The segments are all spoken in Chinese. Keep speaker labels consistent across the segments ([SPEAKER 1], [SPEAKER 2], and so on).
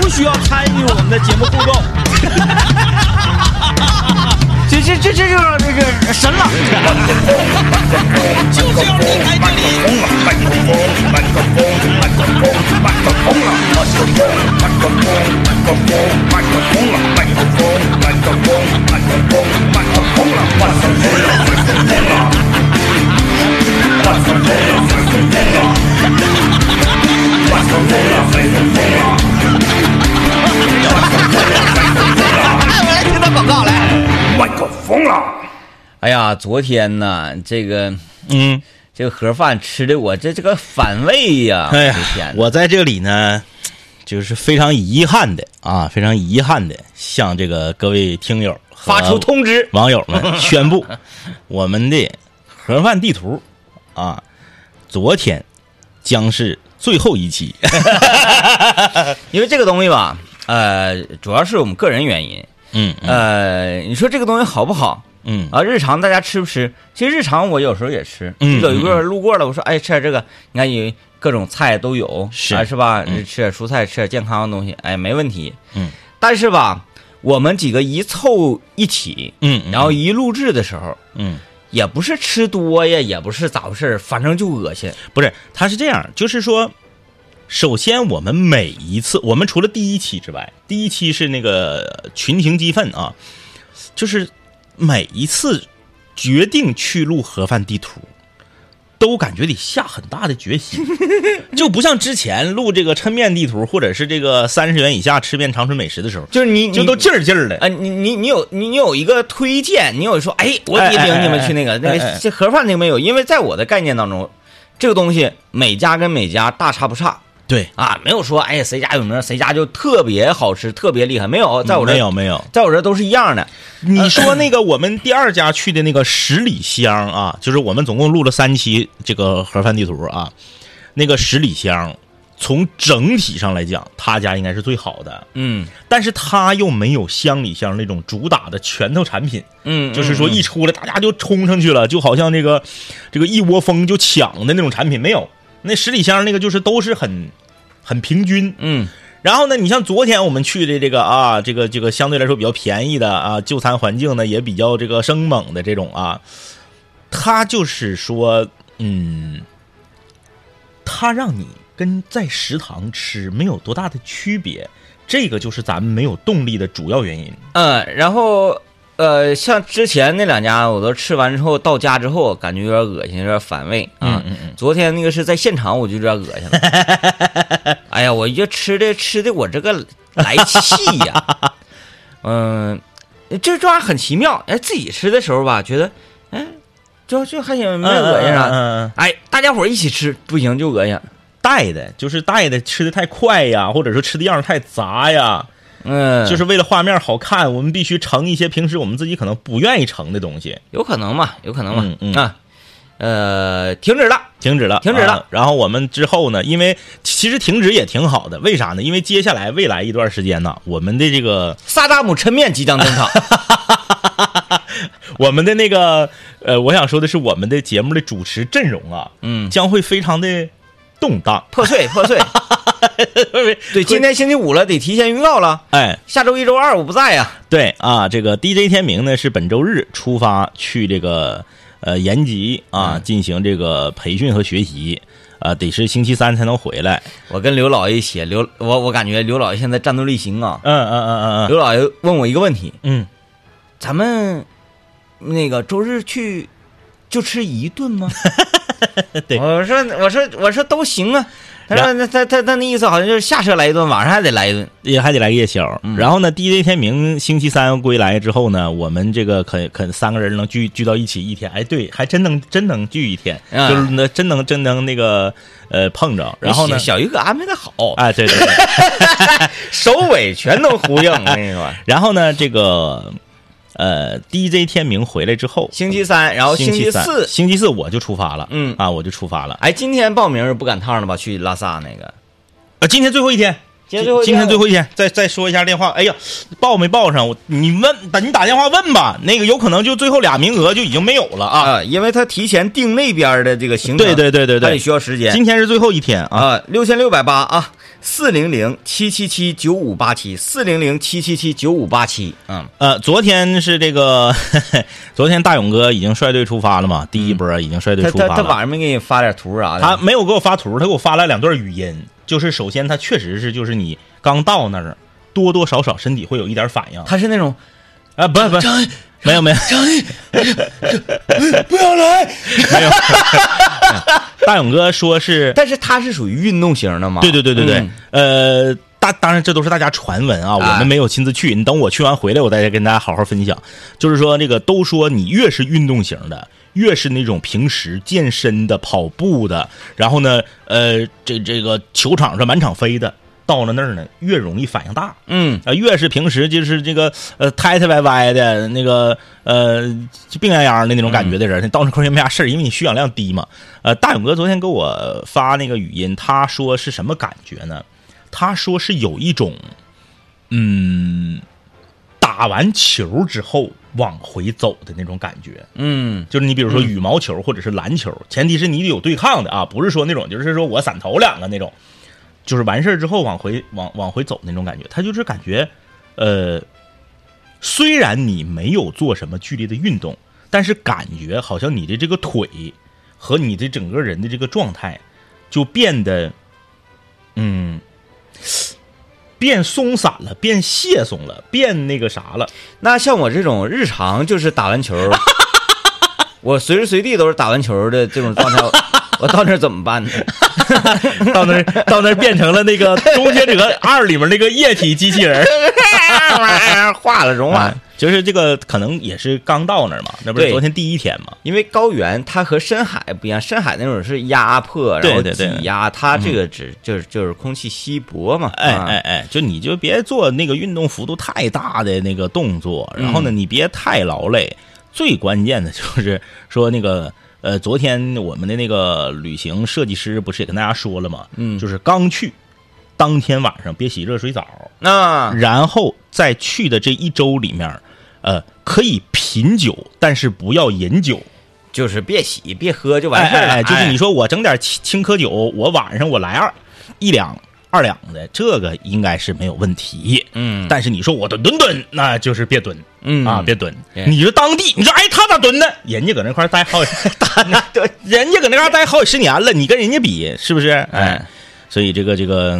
[SPEAKER 1] 不需要参与我们的节目互动。
[SPEAKER 2] 这这这这就是这个神了。
[SPEAKER 1] 就是要离开这里。
[SPEAKER 2] 哎，我来听他广告来。
[SPEAKER 3] 麦克风了。
[SPEAKER 4] 哎呀，昨天呢，这个
[SPEAKER 5] 嗯，
[SPEAKER 4] 这个盒饭吃的我这这个反胃呀、
[SPEAKER 5] 哎呀
[SPEAKER 4] 的天，
[SPEAKER 5] 我在这里呢，就是非常遗憾的啊，非常遗憾的向这个各位听友
[SPEAKER 4] 发出
[SPEAKER 5] 通知，网友们宣布，我们的盒饭地图啊，昨天将是最后一期。
[SPEAKER 4] 因为这个东西吧，呃，主要是我们个人原因。
[SPEAKER 5] 嗯
[SPEAKER 4] 呃，你说这个东西好不好
[SPEAKER 5] 嗯
[SPEAKER 4] 啊？日常大家吃不吃？其实日常我有时候也吃，
[SPEAKER 5] 嗯
[SPEAKER 4] 有一个路过了，我说哎，吃点这个，你看有各种菜都有，
[SPEAKER 5] 是
[SPEAKER 4] 啊、是吧？
[SPEAKER 5] 嗯
[SPEAKER 4] 吃点蔬菜，吃点健康的东西，哎，没问题。
[SPEAKER 5] 嗯，
[SPEAKER 4] 但是吧，我们几个一凑一起，
[SPEAKER 5] 嗯，嗯
[SPEAKER 4] 然后一录制的时候，
[SPEAKER 5] 嗯，
[SPEAKER 4] 也不是吃多呀，也不是咋回事儿，反正就恶心。
[SPEAKER 5] 不是，他是这样，就是说，首先我们每一次，我们除了第一期之外，第一期是那个群情激愤啊，就是每一次决定去录盒饭地图。都感觉得下很大的 决心，就不像之前录这个抻面地图，或者是这个三十元以下吃遍长春美食的时候，
[SPEAKER 4] 就是你，
[SPEAKER 5] 就都
[SPEAKER 4] 这
[SPEAKER 5] 劲儿劲儿的。
[SPEAKER 4] 啊，你你你有你你有一个推荐，你有说，哎，我得领你们去那个
[SPEAKER 5] 哎哎哎
[SPEAKER 4] 那
[SPEAKER 5] 哎哎
[SPEAKER 4] 个这盒饭那个没有，因为在我的概念当中，这个东西每家跟每家大差不差
[SPEAKER 5] 对，
[SPEAKER 4] 啊，没有说哎谁家有名谁家就特别好吃特别厉害，没有，在我这
[SPEAKER 5] 没有，没有，
[SPEAKER 4] 在我这都是一样的，
[SPEAKER 5] 你说那个我们第二家去的那个十里香啊， 就是我们总共录了三期这个盒饭地图啊，那个十里香，从整体上来讲，他家应该是最好的，
[SPEAKER 4] 嗯
[SPEAKER 5] 但是他又没有乡里香那种主打的拳头产品，
[SPEAKER 4] 嗯，
[SPEAKER 5] 就是说一出来大家就冲上去了，就好像这个这个一窝蜂就抢的那种产品没有。那十里香那个就是都是很很平均，
[SPEAKER 4] 嗯
[SPEAKER 5] 然后呢，你像昨天我们去的这个啊，这个这个相对来说比较便宜的啊，就餐环境呢也比较这个生猛的这种啊，它就是说，嗯，它让你跟在食堂吃没有多大的区别，这个就是咱们没有动力的主要原因。啊
[SPEAKER 4] 嗯，然后呃，像之前那两家我都吃完之后到家之后感觉有点恶心，有点反胃啊，
[SPEAKER 5] 嗯嗯
[SPEAKER 4] 昨天那个是在现场，我就有点恶心了。 哎呀，我就吃的吃的我这个来气呀、 嗯，这这玩意儿很奇妙。哎，自己吃的时候吧，觉得哎，就就还行，没恶心
[SPEAKER 5] 嗯嗯
[SPEAKER 4] 啥。
[SPEAKER 5] 嗯嗯
[SPEAKER 4] 哎，大家伙儿一起吃不行就恶心。
[SPEAKER 5] 带的就是带的吃的太快呀，或者说吃的样儿太杂呀，
[SPEAKER 4] 嗯，
[SPEAKER 5] 就是为了画面好看，我们必须盛一些平时我们自己可能不愿意盛的东西。
[SPEAKER 4] 有可能嘛，有可能嘛。
[SPEAKER 5] 嗯嗯
[SPEAKER 4] 啊，呃，停止了。
[SPEAKER 5] 停止了，
[SPEAKER 4] 停止了
[SPEAKER 5] 啊然后我们之后呢，因为其实停止也挺好的，为啥呢？因为接下来未来一段时间呢，我们的这个
[SPEAKER 4] 萨达姆抻面即将登 场。
[SPEAKER 5] 我们的那个呃，我想说的是，我们的节目的主持阵容啊，
[SPEAKER 4] 嗯，
[SPEAKER 5] 将会非常的动荡。
[SPEAKER 4] 破碎破碎。对，今天星期五了，得提前预告了。
[SPEAKER 5] 哎，
[SPEAKER 4] 下周一周二我不在呀、
[SPEAKER 5] 对啊，这个 DJ 天明呢是本周日出发去这个呃延吉
[SPEAKER 4] 嗯
[SPEAKER 5] 啊进行这个培训和学习，啊，得是星期三才能回来。
[SPEAKER 4] 我跟刘老爷一起，刘我我感觉刘老爷现在战斗力行啊。
[SPEAKER 5] 嗯嗯嗯嗯嗯
[SPEAKER 4] 刘老爷问我一个问题，
[SPEAKER 5] 嗯，
[SPEAKER 4] 咱们那个周日去就吃一顿吗？
[SPEAKER 5] 对
[SPEAKER 4] 我说我说我说都行啊。他说那他他他那意思好像就是下车来一顿，晚上还得来一顿。
[SPEAKER 5] 也还得来个夜宵。
[SPEAKER 4] 嗯
[SPEAKER 5] 然后呢，DJ 天明星期三归来之后呢，我们这个可可三个人能聚聚到一起一天，哎，对，还真能真能聚一天，
[SPEAKER 4] 嗯
[SPEAKER 5] 就是那真能真能那个呃碰着。然后呢，
[SPEAKER 4] 小小鱼哥安排的好，
[SPEAKER 5] 哎，对对对，
[SPEAKER 4] 首尾全 都呼应。我跟你说，
[SPEAKER 5] 然后呢，这个呃，DJ 天明回来之后，
[SPEAKER 4] 星期三，然后
[SPEAKER 5] 星
[SPEAKER 4] 期
[SPEAKER 5] 三
[SPEAKER 4] 四，
[SPEAKER 5] 星期四我就出发了，
[SPEAKER 4] 嗯
[SPEAKER 5] 啊，我就出发了。
[SPEAKER 4] 哎，今天报名是不赶趟了吧？去拉萨那个，
[SPEAKER 5] 啊，今天最后一天。
[SPEAKER 4] 今天最后一天
[SPEAKER 5] 最后一天，再再说一下电话。哎呀，报没报上？我你问，打你打电话问吧。那个有可能就最后俩名额就已经没有了啊。
[SPEAKER 4] 啊，因为他提前订那边的这个行程，
[SPEAKER 5] 对对对对
[SPEAKER 4] 他也
[SPEAKER 5] 对，
[SPEAKER 4] 需要时间。
[SPEAKER 5] 今天是最后一天啊。
[SPEAKER 4] 啊，六千六百八啊，四零零七七七九五八七，四零零七七七九五八七。嗯，
[SPEAKER 5] 呃，昨天是这个， 呵呵昨天大勇哥已经率队出发了嘛，第一波已经率队
[SPEAKER 4] 嗯他
[SPEAKER 5] 出
[SPEAKER 4] 他
[SPEAKER 5] 发了。
[SPEAKER 4] 他晚上没给你发点图啊啥的？
[SPEAKER 5] 他没有给我发图，他给我发了两段语音。就是首先，他确实是就是你刚到那儿，多多少少身体会有一点反应。
[SPEAKER 4] 他是那种
[SPEAKER 5] 啊，不不，没有没有，张 毅，不要来，没有。 大勇哥说是，
[SPEAKER 4] 但是他是属于运动型的嘛？
[SPEAKER 5] 对对对对对
[SPEAKER 4] 嗯，
[SPEAKER 5] 呃，大当然这都是大家传闻啊，我
[SPEAKER 4] 哎
[SPEAKER 5] 们没有亲自去。你等我去完回来，我再跟大家好好分享。就是说，这个都说你越是运动型的，越是那种平时健身的、跑步的，然后呢，呃，这这个球场上满场飞的，到了那儿呢，越容易反应大。
[SPEAKER 4] 嗯，
[SPEAKER 5] 啊，越是平时就是这个呃抬抬歪歪的那个呃就病殃殃的那种感觉的人，到那块儿也没啥事儿，因为你血氧量低嘛。呃，大勇哥昨天给我发那个语音，他说是什么感觉呢？他说是有一种，嗯，打完球之后往回走的那种感觉。
[SPEAKER 4] 嗯，
[SPEAKER 5] 就是你比如说羽毛球或者是篮球，前提是你得有对抗的啊，不是说那种就是说我散投两个那种，就是完事儿之后往回往往回走那种感觉。他就是感觉，呃，虽然你没有做什么剧烈的运动，但是感觉好像你的这个腿和你的整个人的这个状态就变得，嗯。变松散了，变懈松了，变那个啥了。
[SPEAKER 4] 那像我这种日常就是打完球，我随时随地都是打完球的这种状态，我我到那儿怎么办呢？
[SPEAKER 5] 到那儿到那儿变成了那个《终结 者二》里面那个液体机器人 儿，
[SPEAKER 4] 化了融化
[SPEAKER 5] 啊，就是这个可能也是刚到那儿嘛，那不是
[SPEAKER 4] 对
[SPEAKER 5] 昨天第一天嘛？
[SPEAKER 4] 因为高原它和深海不一样，深海那种是压迫，然后
[SPEAKER 5] 对对对
[SPEAKER 4] 挤压，它这个只就是就是空气稀薄嘛。
[SPEAKER 5] 哎
[SPEAKER 4] 啊
[SPEAKER 5] 哎，哎，就你就别做那个运动幅度太大的那个动作，然后呢，你别太劳累。最关键的就是说那个呃，昨天我们的那个旅行设计师不是也跟大家说了嘛，
[SPEAKER 4] 嗯
[SPEAKER 5] 就是刚去当天晚上别洗热水澡，
[SPEAKER 4] 那
[SPEAKER 5] 然后在去的这一周里面，呃，可以品酒，但是不要饮酒。
[SPEAKER 4] 就是别洗别喝就
[SPEAKER 5] 哎
[SPEAKER 4] 完事
[SPEAKER 5] 哎
[SPEAKER 4] 儿了。
[SPEAKER 5] 哎，就是你
[SPEAKER 4] 说
[SPEAKER 5] 说我整点青青稞酒，我晚上我来二一两二两的，这个应该是没有问题。
[SPEAKER 4] 嗯
[SPEAKER 5] 但是你说我蹲蹲蹲，那就是别蹲。
[SPEAKER 4] 嗯
[SPEAKER 5] 啊，别蹲！
[SPEAKER 4] 对
[SPEAKER 5] 你说当地，你说哎，他咋蹲呢？人家搁那块儿待好几， 人家搁那块儿待好几十年了，你跟人家比是不是？哎
[SPEAKER 4] 哎，
[SPEAKER 5] 所以这个这个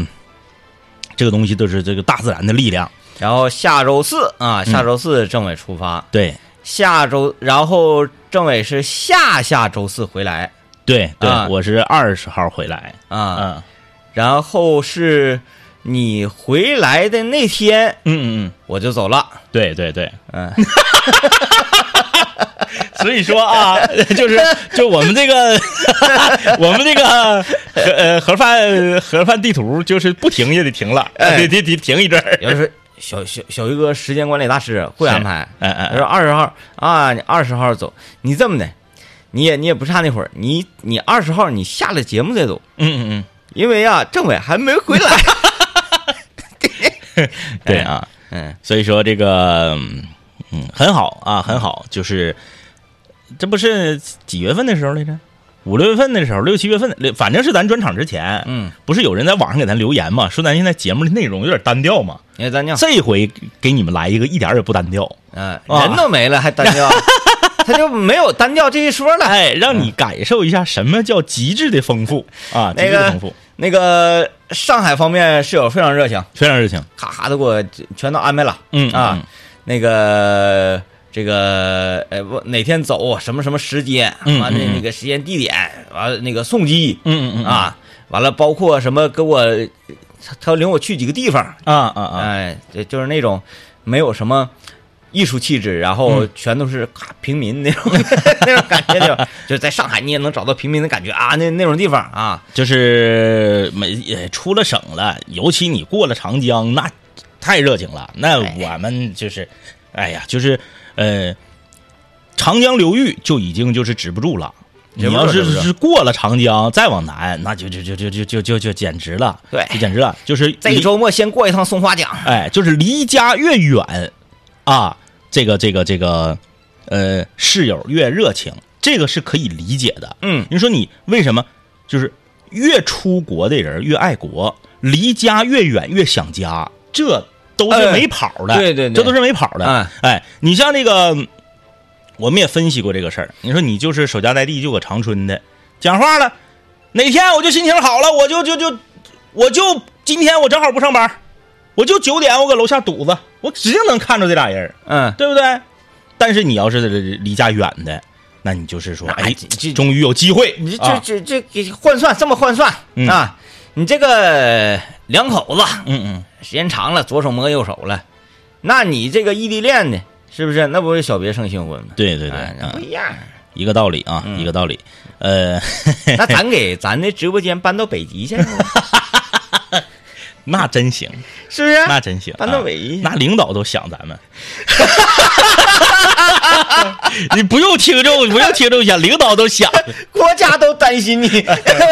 [SPEAKER 5] 这个东西都是这个大自然的力量。
[SPEAKER 4] 然后下周四啊，下周四政委出发，
[SPEAKER 5] 对
[SPEAKER 4] 下周然后政委是下下周四回来
[SPEAKER 5] 对对，
[SPEAKER 4] 啊
[SPEAKER 5] 我是二十号回来。
[SPEAKER 4] 啊，
[SPEAKER 5] 啊，
[SPEAKER 4] 然后是你回来的那天
[SPEAKER 5] 嗯嗯嗯，
[SPEAKER 4] 我就走了。
[SPEAKER 5] 对对对，
[SPEAKER 4] 嗯，
[SPEAKER 5] 所以说啊， 就是就我们这个 我们这个盒呃盒饭盒饭地图，就是不停也得停了，
[SPEAKER 4] 哎
[SPEAKER 5] 得得得停一阵儿。
[SPEAKER 4] 有人说小小小鱼哥时间管理大师会安排。
[SPEAKER 5] 哎哎
[SPEAKER 4] 他
[SPEAKER 5] 哎，
[SPEAKER 4] 说二十号啊，你二十号走，你这么的，你也你也不差那会儿，你你二十号你下了节目再走，
[SPEAKER 5] 嗯嗯
[SPEAKER 4] 因为啊，政委还没回来。
[SPEAKER 5] 嗯，对啊，
[SPEAKER 4] 哎嗯，
[SPEAKER 5] 所以说这个嗯嗯很好啊，很好，就是这不是几月份的时候来着？五六月份的时候，六七月份，六反正是咱专场之前，
[SPEAKER 4] 嗯，
[SPEAKER 5] 不是有人在网上给咱留言嘛，说咱现在节目的内容有点单调嘛，
[SPEAKER 4] 你看单调，
[SPEAKER 5] 这回给你们来一个一点儿也不单调，
[SPEAKER 4] 嗯、
[SPEAKER 5] 啊
[SPEAKER 4] 人都没了还单 调，他就没有单调这一说了。
[SPEAKER 5] 哎，让你感受一下什么叫极致的丰富啊！极
[SPEAKER 4] 那
[SPEAKER 5] 致的丰
[SPEAKER 4] 个
[SPEAKER 5] 富，
[SPEAKER 4] 那个上海方面室友非常热情，
[SPEAKER 5] 非常热情。
[SPEAKER 4] 咔咔的给我全都安排了。
[SPEAKER 5] 嗯
[SPEAKER 4] 啊
[SPEAKER 5] 嗯，
[SPEAKER 4] 那个这个哎我哪天走什么什么时间，
[SPEAKER 5] 嗯
[SPEAKER 4] 完了
[SPEAKER 5] 嗯嗯
[SPEAKER 4] 那个时间地点，完了那个送机，
[SPEAKER 5] 嗯嗯嗯
[SPEAKER 4] 啊，完了包括什么给我，他他领我去几个地方，
[SPEAKER 5] 啊啊啊！
[SPEAKER 4] 哎，就就是那种没有什么艺术气质，然后全都是咔平民那种 那种感觉，就 就是在上海你也能找到平民的感觉啊，那那种地方啊，
[SPEAKER 5] 就是没也出了省了，尤其你过了长江，那太热情了。那我们就是，哎呀，就是呃，长江流域就已经就是止不住了。你
[SPEAKER 4] 止不住
[SPEAKER 5] 要
[SPEAKER 4] 止不
[SPEAKER 5] 是
[SPEAKER 4] 住
[SPEAKER 5] 是过了长江再往南，那就就就就就就就就简直了，
[SPEAKER 4] 对
[SPEAKER 5] 就简直了，就是
[SPEAKER 4] 这
[SPEAKER 5] 离
[SPEAKER 4] 个周末先过一趟松花江，
[SPEAKER 5] 哎，就是离家越远啊，这个这个这个，呃，室友越热情，这个是可以理解的。
[SPEAKER 4] 嗯
[SPEAKER 5] 你说你为什么就是越出国的人越爱国，离家越远越想家，这都是
[SPEAKER 4] 哎
[SPEAKER 5] 没跑的，
[SPEAKER 4] 对对对
[SPEAKER 5] 这都是没跑的。
[SPEAKER 4] 哎
[SPEAKER 5] 哎，你像那个，我们也分析过这个事儿。你说你就是守家待地，就搁长春的，讲话了，哪天我就心情好了，我就就就我就今天我正好不上班，我就九点我搁楼下堵子，我指定能看着这俩人儿，
[SPEAKER 4] 嗯，
[SPEAKER 5] 对不对？但是你要是离家远的，那你就是说，
[SPEAKER 4] 哎
[SPEAKER 5] 哎
[SPEAKER 4] 这这，
[SPEAKER 5] 终于有机会，
[SPEAKER 4] 你
[SPEAKER 5] 啊
[SPEAKER 4] 这这这这换算这么换算
[SPEAKER 5] 嗯
[SPEAKER 4] 啊，你这个两口子
[SPEAKER 5] 嗯嗯，
[SPEAKER 4] 时间长了，左手摸右手了，那你这个异地恋呢，是不是？那不是小别胜新婚吗？
[SPEAKER 5] 对对对，
[SPEAKER 4] 哎那嗯不
[SPEAKER 5] 嗯
[SPEAKER 4] 一样。
[SPEAKER 5] 一个道理啊，一个道理。呃，
[SPEAKER 4] 那咱给咱的直播间搬到北 极去，
[SPEAKER 5] 那真行，
[SPEAKER 4] 是不是？
[SPEAKER 5] 那真 行，
[SPEAKER 4] 搬到
[SPEAKER 5] 啊
[SPEAKER 4] 北极去。
[SPEAKER 5] 那领导都想咱们。 你不用听众，不用听众想，领导都想。
[SPEAKER 4] 国家都担心你。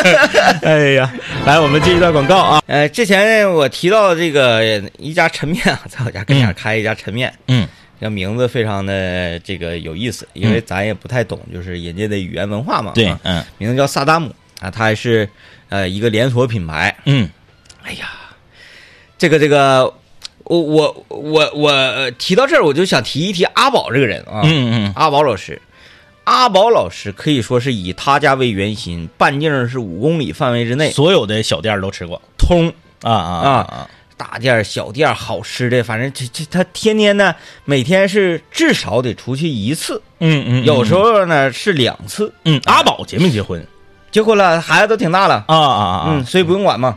[SPEAKER 5] 哎呀，来，我们接一段广告啊。
[SPEAKER 4] 呃，之前我提到这个一家抻面啊，在我家跟前开一家抻面，
[SPEAKER 5] 嗯
[SPEAKER 4] 这名字非常的这个有意思，因为咱也不太懂，就是人家的语言文化嘛。
[SPEAKER 5] 对
[SPEAKER 4] 啊，
[SPEAKER 5] 嗯
[SPEAKER 4] 名字叫萨达姆啊，它还是呃一个连锁品牌。
[SPEAKER 5] 嗯
[SPEAKER 4] 哎呀，这个这个，我我我我呃提到这儿，我就想提一提阿宝这个人啊。
[SPEAKER 5] 嗯嗯
[SPEAKER 4] 阿宝老师，阿宝老师可以说是以他家为圆心，半径是五公里范围之
[SPEAKER 5] 嗯，
[SPEAKER 4] 内，
[SPEAKER 5] 所有的小店儿都吃过
[SPEAKER 4] 通
[SPEAKER 5] 啊啊
[SPEAKER 4] 啊！大店儿小店儿好吃的，反正这这他天天呢，每天是至少得出去一次，
[SPEAKER 5] 嗯嗯，
[SPEAKER 4] 有时候呢是两次。
[SPEAKER 5] 嗯，阿宝结没结婚
[SPEAKER 4] 结婚了，孩子都挺大了，
[SPEAKER 5] 啊啊啊！
[SPEAKER 4] 嗯，所以不用管嘛。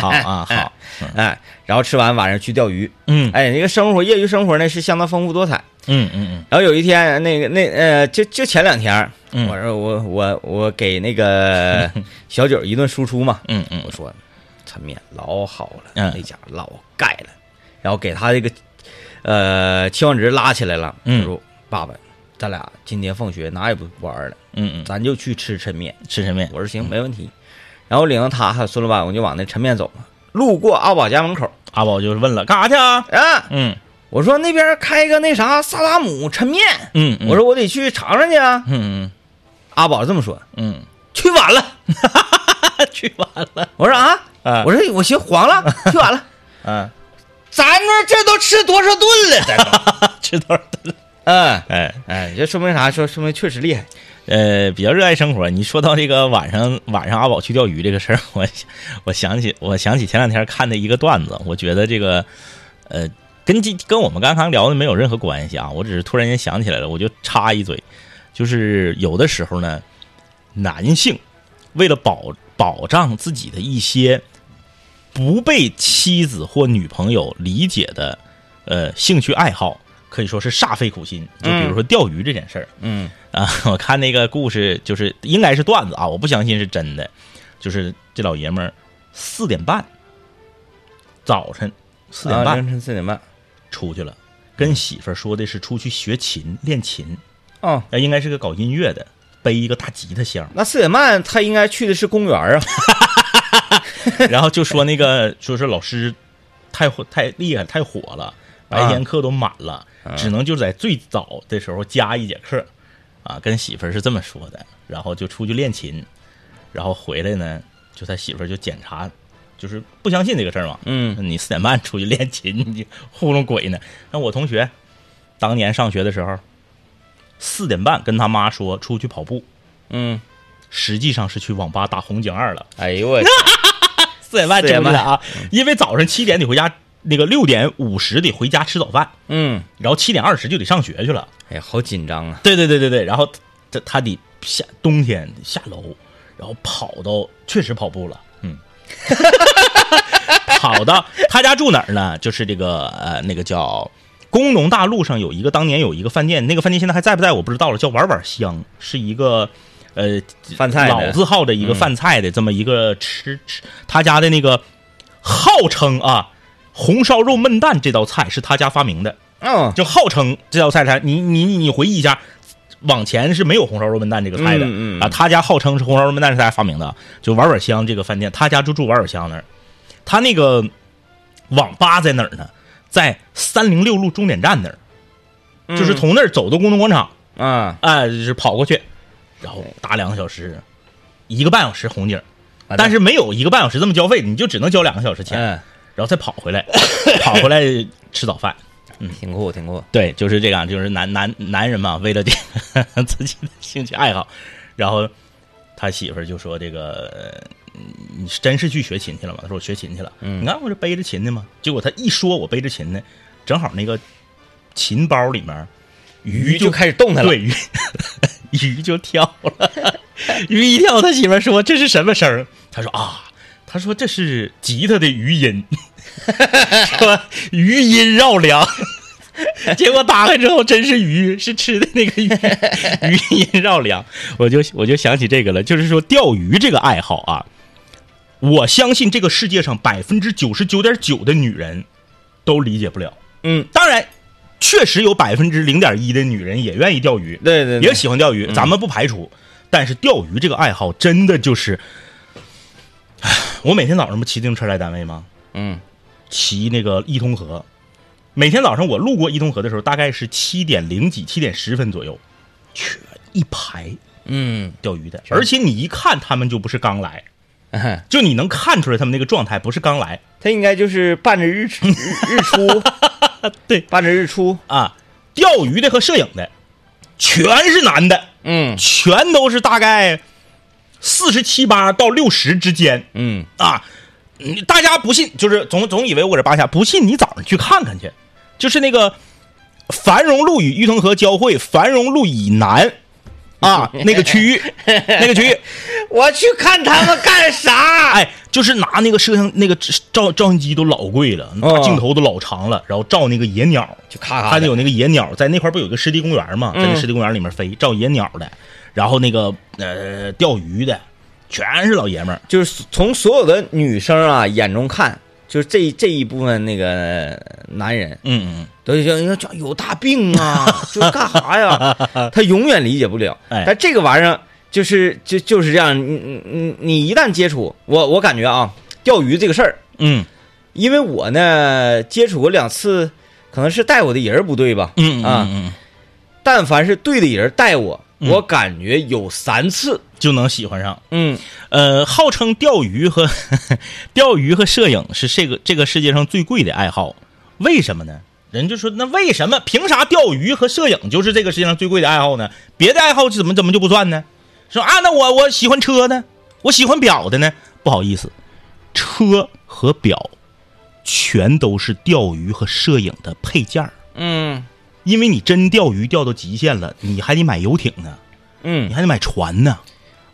[SPEAKER 5] 好啊好，
[SPEAKER 4] 嗯哎，然后吃完晚上去钓鱼，
[SPEAKER 5] 嗯
[SPEAKER 4] 哎，那个生活业余生活呢是相当丰富多彩。
[SPEAKER 5] 嗯嗯
[SPEAKER 4] 然后有一天，那个那呃，就就前两天儿，
[SPEAKER 5] 嗯
[SPEAKER 4] 我说我我我给那 个小九一顿输出嘛，
[SPEAKER 5] 嗯嗯
[SPEAKER 4] 我说抻面老好了，
[SPEAKER 5] 嗯
[SPEAKER 4] 那家伙老盖了，然后给他这个呃期望值拉起来了，
[SPEAKER 5] 嗯
[SPEAKER 4] 我说爸爸，咱俩今年放学哪也不玩了，
[SPEAKER 5] 嗯嗯
[SPEAKER 4] 咱就去吃抻面。
[SPEAKER 5] 嗯，吃什么呀？
[SPEAKER 4] 我说行，没问题。然后领着他还有孙老板，我就往那抻面走嘛。路过阿宝家门口
[SPEAKER 5] 阿宝就是问了，干啥去啊？
[SPEAKER 4] 啊，
[SPEAKER 5] 嗯
[SPEAKER 4] 我说那边开个那啥萨达姆抻面，
[SPEAKER 5] 嗯，嗯
[SPEAKER 4] 我说我得去尝尝去啊。
[SPEAKER 5] 嗯
[SPEAKER 4] 阿宝这么说，
[SPEAKER 5] 嗯
[SPEAKER 4] 去晚了。
[SPEAKER 5] 嗯，去完了
[SPEAKER 4] 我说啊，
[SPEAKER 5] 啊
[SPEAKER 4] 我说我寻黄了，去晚 了。
[SPEAKER 5] 啊，
[SPEAKER 4] 咱们这都吃多少顿了？咱都，
[SPEAKER 5] 吃多少顿？
[SPEAKER 4] 嗯，
[SPEAKER 5] 哎。
[SPEAKER 4] 哎，这说明啥？说说明确实厉害。
[SPEAKER 5] 呃，比较热爱生活。你说到这个晚上晚上阿宝去钓鱼这个事儿，我想我想起我想起前两天看的一个段子，我觉得这个呃跟今跟我们刚刚聊的没有任何关系啊，我只是突然间想起来了，我就插一嘴，就是有的时候呢，男性为了保保障自己的一些不被妻子或女朋友理解的呃兴趣爱好，可以说是煞费苦心。就比如说钓鱼这件事儿。
[SPEAKER 4] 嗯
[SPEAKER 5] 啊，我看那个故事就是应该是段子啊，我不相信是真的。就是这老爷们儿四点半，早晨嗯四点
[SPEAKER 4] 啊
[SPEAKER 5] 半
[SPEAKER 4] 凌晨四点半。
[SPEAKER 5] 出去了，跟媳妇儿说的是出去学琴练琴，
[SPEAKER 4] 哦，，
[SPEAKER 5] 那应该是个搞音乐的，背一个大吉他箱
[SPEAKER 4] 那四点半他应该去的是公园啊。
[SPEAKER 5] 然后就说那个说是老师太火太厉害太火了，白
[SPEAKER 4] 啊
[SPEAKER 5] 天课都满了，只能就在最早的时候加一节课，啊，跟媳妇儿是这么说的，然后就出去练琴，然后回来呢，就他媳妇儿就检查，就是不相信这个事儿嘛，
[SPEAKER 4] 嗯
[SPEAKER 5] 你四点半出去练琴，你糊弄鬼呢？那我同学当年上学的时候，四点半跟他妈说出去跑步，
[SPEAKER 4] 嗯，
[SPEAKER 5] 实际上是去网吧打红警二了。
[SPEAKER 4] 哎呦我去，
[SPEAKER 5] 四点半出
[SPEAKER 4] 4
[SPEAKER 5] 去
[SPEAKER 4] 点半
[SPEAKER 5] 了啊，因为早上七点得回家，那个六点五十得回家吃早饭，
[SPEAKER 4] 嗯，
[SPEAKER 5] 然后七点二十就得上学去了。
[SPEAKER 4] 哎呀，好紧张啊。
[SPEAKER 5] 对对对对对，然后他他得下冬天下楼，然后跑到确实跑步了，嗯， 跑到他家住哪儿呢？就是这个呃那个叫工农大路上有一个当年有一个饭店，那个饭店现在还在不在我不知道了，叫碗碗香，是一个呃
[SPEAKER 4] 饭菜的
[SPEAKER 5] 老字号的一个饭菜的这么一个吃吃他家的那个号称啊红烧肉焖蛋这道菜是他家发明的。
[SPEAKER 4] 嗯
[SPEAKER 5] 就号称这道菜它，你你你你回忆一下，往前是没有红烧肉焖蛋这个菜的、
[SPEAKER 4] 嗯嗯嗯
[SPEAKER 5] 啊。他家号称是红烧肉焖蛋是他发明的，就碗碗香这个饭店，他家就住碗碗香那儿。他那个网吧在哪儿呢？在三零六路终点站那儿，就是从那儿走到工农广场，
[SPEAKER 4] 嗯啊，
[SPEAKER 5] 哎、就是跑过去，然后打两个小时，一个半小时红警，
[SPEAKER 4] 完蛋
[SPEAKER 5] 但是没有一个半小时这么交费，你就只能交两个小时钱，
[SPEAKER 4] 嗯，
[SPEAKER 5] 然后再跑 回来，跑回来吃早饭。
[SPEAKER 4] 嗯挺酷，挺酷。
[SPEAKER 5] 对，就是这样，就是男男男人嘛，为了这个 自己的兴趣爱好，然后他媳妇儿就说：“这个呃你是真是去学琴去了吗？”他说：“我学琴去了。”嗯，你看我这背着琴呢嘛，结果他一说我背着琴呢，正好那个琴包里面鱼
[SPEAKER 4] 鱼就开始动弹了
[SPEAKER 5] 对，鱼 鱼就跳了，鱼一跳，他媳妇儿说：“这是什么声儿？”他说：“啊。”他说：“这是吉他的余音， 说余音绕梁。”结果打开之后，真是鱼，是吃的那个鱼，鱼音绕梁。我就我就想起这个了，就是说钓鱼这个爱好啊，我相信这个世界上百分之九十九点九的女人都理解不了。
[SPEAKER 4] 嗯，
[SPEAKER 5] 当然，确实有百分之零点一的女人也愿意钓鱼，
[SPEAKER 4] 对对嗯对
[SPEAKER 5] 也喜欢钓鱼，咱们不排除。但是钓鱼这个爱好真的就是，唉我每天早上不骑自行车来单位吗？
[SPEAKER 4] 嗯，
[SPEAKER 5] 骑那个伊通河，每天早上我路过伊通河的时候，大概是七点零几、七点十分左右，全一排
[SPEAKER 4] 嗯，
[SPEAKER 5] 钓鱼的，而且你一看他们就不是刚来，
[SPEAKER 4] 嗯
[SPEAKER 5] 就你能看出来他们那个状态不是刚来
[SPEAKER 4] 他应该就是伴着日出日日出，
[SPEAKER 5] 对
[SPEAKER 4] 伴着日出，
[SPEAKER 5] 啊。钓鱼的和摄影的全是男的，
[SPEAKER 4] 嗯
[SPEAKER 5] 全都是大概四十七八到六十之间
[SPEAKER 4] 嗯，
[SPEAKER 5] 啊。你大家不信，就是总总以为我是八下，不信你早上去看看去，就是那个繁荣路与玉腾河交汇，繁荣路以 南啊那个区域，那个区域，
[SPEAKER 4] 我去看他们干 啥？
[SPEAKER 5] 哎，就是拿那个摄像那个照照相机都老贵了，
[SPEAKER 4] 哦
[SPEAKER 5] 拿镜头都老长了，然后照那个野鸟，
[SPEAKER 4] 就咔咔
[SPEAKER 5] 还
[SPEAKER 4] 的
[SPEAKER 5] 得有那个野鸟，在那块儿不有个湿地公园嘛，在那湿地公园里面飞，照野鸟的，然后那个呃钓鱼的，全是老爷们儿。
[SPEAKER 4] 就是从所有的女生啊眼中看，就是这这一部分那个男人
[SPEAKER 5] 嗯
[SPEAKER 4] 都觉得这有大病啊，就是干啥呀？ 他永远理解不了。
[SPEAKER 5] 哎
[SPEAKER 4] 但这个玩意儿就是就就是这样，你你你你一旦接触，我我感觉啊，钓鱼这个事儿，
[SPEAKER 5] 嗯
[SPEAKER 4] 因为我呢接触过两次，可能是带我的人儿不对吧？
[SPEAKER 5] 嗯嗯
[SPEAKER 4] 啊，
[SPEAKER 5] 嗯，
[SPEAKER 4] 但凡是对的人带我，
[SPEAKER 5] 嗯
[SPEAKER 4] 我感觉有三次。
[SPEAKER 5] 就能喜欢上。
[SPEAKER 4] 嗯
[SPEAKER 5] 呃，号称钓鱼和 钓鱼和摄影是这个这个世界上最贵的爱好，为什么呢？人就说那为什么凭啥钓鱼和摄影就是这个世界上最贵的爱好呢？别的爱好怎么怎么就不算呢？说啊，那我我喜欢车呢，我喜欢表的呢？不好意思，车和表全都是钓鱼和摄影的配件儿
[SPEAKER 4] 嗯
[SPEAKER 5] 因为你真钓鱼钓到极限了，你还得买游艇呢，
[SPEAKER 4] 嗯
[SPEAKER 5] 你，还得买船呢，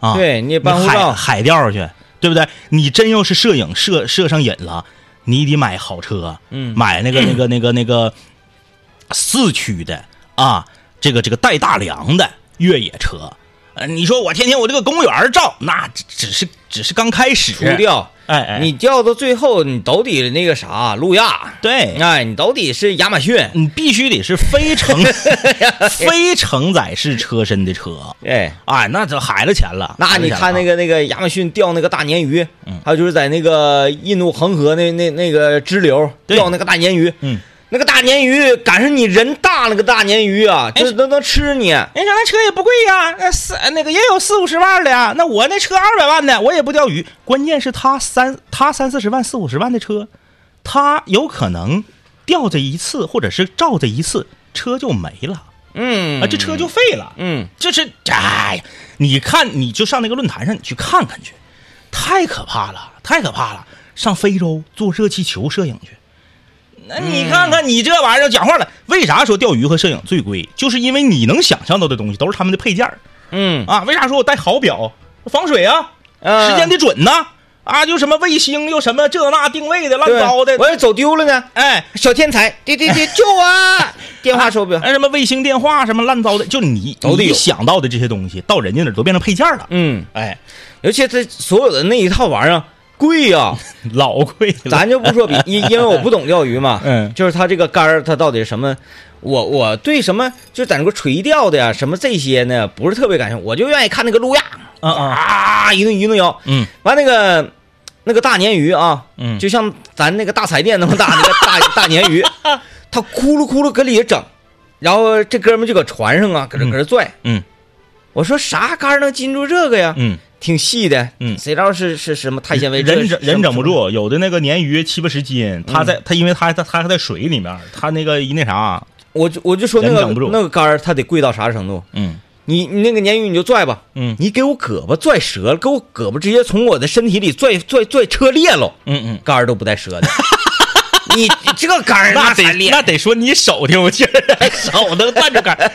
[SPEAKER 5] 啊，
[SPEAKER 4] 对你也 办护
[SPEAKER 5] 海
[SPEAKER 4] 照，
[SPEAKER 5] 海钓去，对不对？你真要是摄影摄摄上瘾了，你得买好车，
[SPEAKER 4] 嗯
[SPEAKER 5] 买那个那个那个那个四驱的啊，这个这个带大梁的越野车。呃，你说我天天我这个公园儿照，那只只是只是刚开始
[SPEAKER 4] 除，掉。
[SPEAKER 5] 哎哎，
[SPEAKER 4] 你钓到最后，你都得那个啥，路亚，
[SPEAKER 5] 对
[SPEAKER 4] 哎，你都得是亚马逊，
[SPEAKER 5] 你必须得是非 承非承载式车身的车，
[SPEAKER 4] 哎，
[SPEAKER 5] 哎，那就海了钱了。
[SPEAKER 4] 那
[SPEAKER 5] 海了
[SPEAKER 4] 你
[SPEAKER 5] 钱
[SPEAKER 4] 看
[SPEAKER 5] 了
[SPEAKER 4] 那个那个亚马逊钓那个大鲶鱼，
[SPEAKER 5] 啊嗯
[SPEAKER 4] 还有就是在那个印度恒河那那那个支流
[SPEAKER 5] 对
[SPEAKER 4] 钓那个大鲶鱼，
[SPEAKER 5] 嗯，
[SPEAKER 4] 那个大鲶鱼赶上你人大那个大鲈鱼啊，
[SPEAKER 5] 哎
[SPEAKER 4] 就是能能吃你，
[SPEAKER 5] 人家那车也不贵呀、那四那个也有四五十万的呀。那我那车二百万的，我也不钓鱼。关键是他三他三四十万四五十万的车，他有可能钓这一次或者是照这一次，车就没了
[SPEAKER 4] 嗯
[SPEAKER 5] 啊，这车就废了。
[SPEAKER 4] 嗯，
[SPEAKER 5] 这是哎呀，你看你就上那个论坛上你去看看去，太可怕了，太可怕了。上非洲做热气球摄影去，那你看
[SPEAKER 4] 嗯
[SPEAKER 5] 看你这玩意儿讲话了，为啥说钓鱼和摄影最贵？就是因为你能想象到的东西都是他们的配件儿
[SPEAKER 4] 嗯
[SPEAKER 5] 啊。为啥说我戴好表防水啊，
[SPEAKER 4] 啊
[SPEAKER 5] 时间得准呐、啊？就什么卫星又什么这那定位的乱
[SPEAKER 4] 对
[SPEAKER 5] 七八糟的，
[SPEAKER 4] 我要走丢了呢，
[SPEAKER 5] 哎，
[SPEAKER 4] 小天才，对对对，救我！啊 电话手表，
[SPEAKER 5] 哎什么卫星电话什么乱糟的，就你
[SPEAKER 4] 都得有
[SPEAKER 5] 你想到的这些东西，到人家那儿都变成配件儿了。
[SPEAKER 4] 嗯，
[SPEAKER 5] 哎，
[SPEAKER 4] 尤其他所有的那一套玩意儿贵啊呀、
[SPEAKER 5] 老贵了。
[SPEAKER 4] 咱就不说比，因因为我不懂钓鱼嘛，
[SPEAKER 5] 嗯
[SPEAKER 4] 就是它这个杆儿，它到底什么，我我对什么就在那个垂钓的呀，什么这些呢，不是特别感兴趣，我就愿意看那个路亚
[SPEAKER 5] 啊啊，
[SPEAKER 4] 啊，一顿一顿摇，
[SPEAKER 5] 嗯
[SPEAKER 4] 完那个那个大鲶鱼啊，
[SPEAKER 5] 嗯
[SPEAKER 4] 就像咱那个大彩电那么大那个大大鲶 鱼，它咕噜咕噜搁里整，然后这哥们就搁船上啊，搁这搁这拽，
[SPEAKER 5] 嗯
[SPEAKER 4] 我说啥杆儿能禁住这个呀？
[SPEAKER 5] 嗯
[SPEAKER 4] 挺细的，
[SPEAKER 5] 嗯
[SPEAKER 4] 谁知道是是什么碳纤维？这
[SPEAKER 5] 人
[SPEAKER 4] 是
[SPEAKER 5] 整人整不，
[SPEAKER 4] 什么
[SPEAKER 5] 住，有的那个鲶鱼七八十斤，它在它因为它它它还在水里面，它那个一那啥，啊
[SPEAKER 4] 我就我就说那
[SPEAKER 5] 人
[SPEAKER 4] 个
[SPEAKER 5] 整不住
[SPEAKER 4] 那个杆儿，它得贵到啥程度？
[SPEAKER 5] 嗯
[SPEAKER 4] 你你那个鲶鱼你就拽吧，
[SPEAKER 5] 嗯
[SPEAKER 4] 你给我胳膊拽折了，给我胳膊直接从我的身体里拽拽拽扯裂喽，
[SPEAKER 5] 嗯嗯，
[SPEAKER 4] 杆儿都不带折的。 你你这个杆儿
[SPEAKER 5] 那
[SPEAKER 4] 才
[SPEAKER 5] 得
[SPEAKER 4] 裂，
[SPEAKER 5] 那得说你手挺有劲儿，啊 手能攥住杆儿，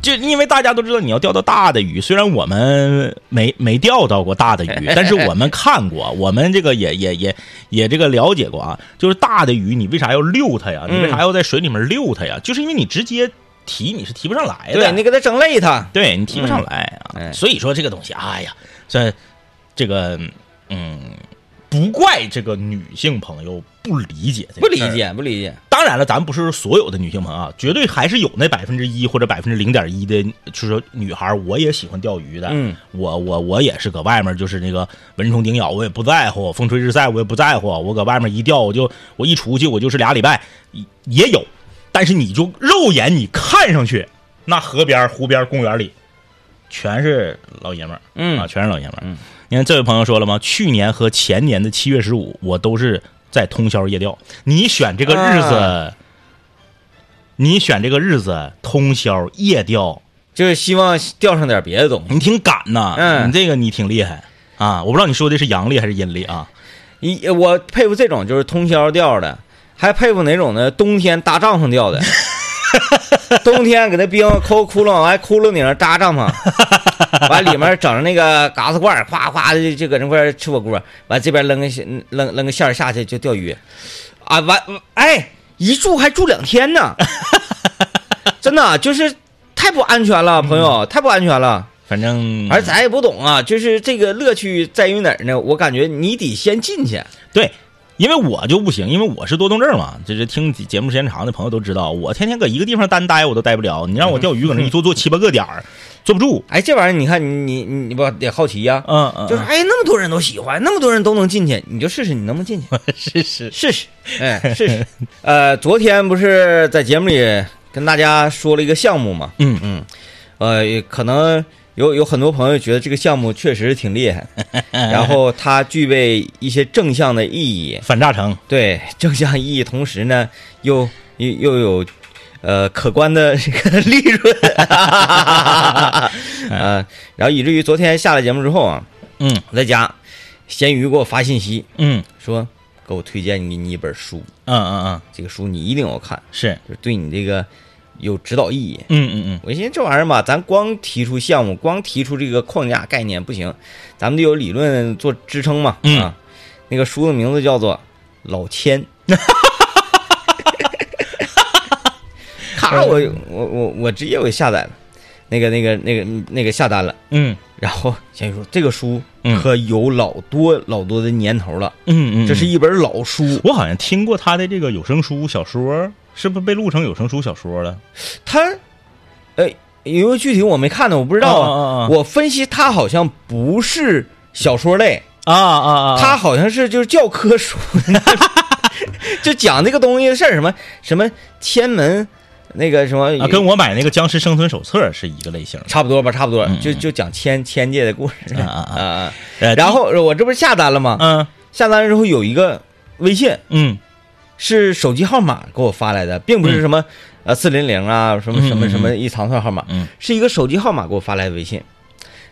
[SPEAKER 5] 就因为大家都知道你要钓到大的鱼，虽然我们没没钓到过大的鱼，但是我们看过，我们这个也也也也这个了解过啊，就是大的鱼你为啥要溜它呀？你
[SPEAKER 4] 嗯
[SPEAKER 5] 为啥要在水里面溜它呀？就是因为你直接提你是提不上来的，
[SPEAKER 4] 对你给它整累它。
[SPEAKER 5] 对你提不上来啊。
[SPEAKER 4] 嗯哎
[SPEAKER 5] 所以说这个东西，哎呀，这这个嗯，不怪这个女性朋友不理解，
[SPEAKER 4] 不理。解，不理解，
[SPEAKER 5] 当然了，咱不是说所有的女性朋友啊，绝对还是有那百分之一或者百分之零点一的，就是说女孩，我也喜欢钓鱼的。
[SPEAKER 4] 嗯，
[SPEAKER 5] 我我我也是搁外面就是那个蚊虫叮咬，我也不在乎；风吹日晒，我也不在乎。我搁外面一钓，我就我一出去，我就是俩礼拜。也也有，但是你就肉眼你看上去，那河边、湖边、公园里，全是老爷们儿，
[SPEAKER 4] 嗯
[SPEAKER 5] 啊，全是老爷们儿。你看这位朋友说了吗？去年和前年的七月十五，我都是在通宵夜钓。你选这个日子，
[SPEAKER 4] 啊
[SPEAKER 5] 你选这个日子通宵夜钓，
[SPEAKER 4] 就是希望钓上点别的东西。
[SPEAKER 5] 你挺敢呐！
[SPEAKER 4] 嗯
[SPEAKER 5] 你这个你挺厉害啊！我不知道你说的是阳历还是阴历啊？
[SPEAKER 4] 一呃我佩服这种就是通宵钓的，还佩服哪种呢？冬天搭帐篷钓的， 冬天给那冰抠窟窿，完窟窿顶上扎帐篷，完里面整那个嘎子罐儿，夸夸的就搁那块儿吃火锅，完这边扔个线扔扔个线儿下去就钓鱼，啊完哎一住还住两天呢，真的就是太不安全了，朋友太不安全了。
[SPEAKER 5] 反正
[SPEAKER 4] 而咱也不懂啊，就是这个乐趣在于哪儿呢？我感觉你得先进去，
[SPEAKER 5] 对，因为我就不行，因为我是多动症嘛，就是听节目时间长的朋友都知道，我天天搁一个地方单待我都待不了。你让我钓鱼，搁那一坐坐七八个点
[SPEAKER 4] 嗯
[SPEAKER 5] 儿，坐不住。
[SPEAKER 4] 哎，这玩意儿你看你你你不得好奇呀、
[SPEAKER 5] 嗯嗯，
[SPEAKER 4] 就是哎，那么多人都喜欢，那么多人都能进去，你就试试你能不能进去，
[SPEAKER 5] 是是，
[SPEAKER 4] 试试，哎， 试试。呃，昨天不是在节目里跟大家说了一个项目嘛，
[SPEAKER 5] 嗯
[SPEAKER 4] 嗯，呃，也可能有有很多朋友觉得这个项目确实挺 厉害，然后它具备一些正向的意义，
[SPEAKER 5] 反炸城，
[SPEAKER 4] 对正向意义，同时呢又又又有。呃，可观的这个利润， 呃，然后以至于昨天下了节目之后啊，
[SPEAKER 5] 嗯
[SPEAKER 4] 我在家，咸鱼给我发信息
[SPEAKER 5] 嗯
[SPEAKER 4] 说，给我推荐给你一本书，
[SPEAKER 5] 嗯嗯嗯，
[SPEAKER 4] 这个书你一定要看，
[SPEAKER 5] 是，
[SPEAKER 4] 就是对你这个有指导意义。
[SPEAKER 5] 嗯嗯嗯，
[SPEAKER 4] 我寻思这玩意儿吧，咱光提出项目，光提出这个框架概念不行，咱们得有理论做支撑嘛。
[SPEAKER 5] 嗯
[SPEAKER 4] 啊，那个书的名字叫做《老 千》。咔，我我我我直接我就下载了，那个那个那个那个下单了。
[SPEAKER 5] 嗯
[SPEAKER 4] 然后咸鱼说这个书
[SPEAKER 5] 嗯
[SPEAKER 4] 可有老多老多的年头了，
[SPEAKER 5] 嗯嗯，
[SPEAKER 4] 这是一本老书。
[SPEAKER 5] 我好像听过他的这个有声书小说，是不是被录成有声书小说了？
[SPEAKER 4] 它，呃，因为具体我没看呢，我不知道
[SPEAKER 5] 啊啊啊啊
[SPEAKER 4] 我分析它好像不是小说类，
[SPEAKER 5] 啊啊
[SPEAKER 4] 它好像是就是教科书， 就讲这个东西的事儿，什么什么天门那个什么，
[SPEAKER 5] 啊，跟我买那个《僵尸生存手册》是一个类型的。
[SPEAKER 4] 差不多吧，差不多，
[SPEAKER 5] 嗯
[SPEAKER 4] 就就讲千千界的故事
[SPEAKER 5] 啊啊啊
[SPEAKER 4] 啊。
[SPEAKER 5] 呃
[SPEAKER 4] 然后我这不是下单了吗？
[SPEAKER 5] 嗯
[SPEAKER 4] 下单之后有一个微信。
[SPEAKER 5] 嗯
[SPEAKER 4] 是手机号码给我发来的，并不是什么、呃四零零啊，什么什么什么一长串号码，
[SPEAKER 5] 嗯
[SPEAKER 4] 是一个手机号码给我发来的微信。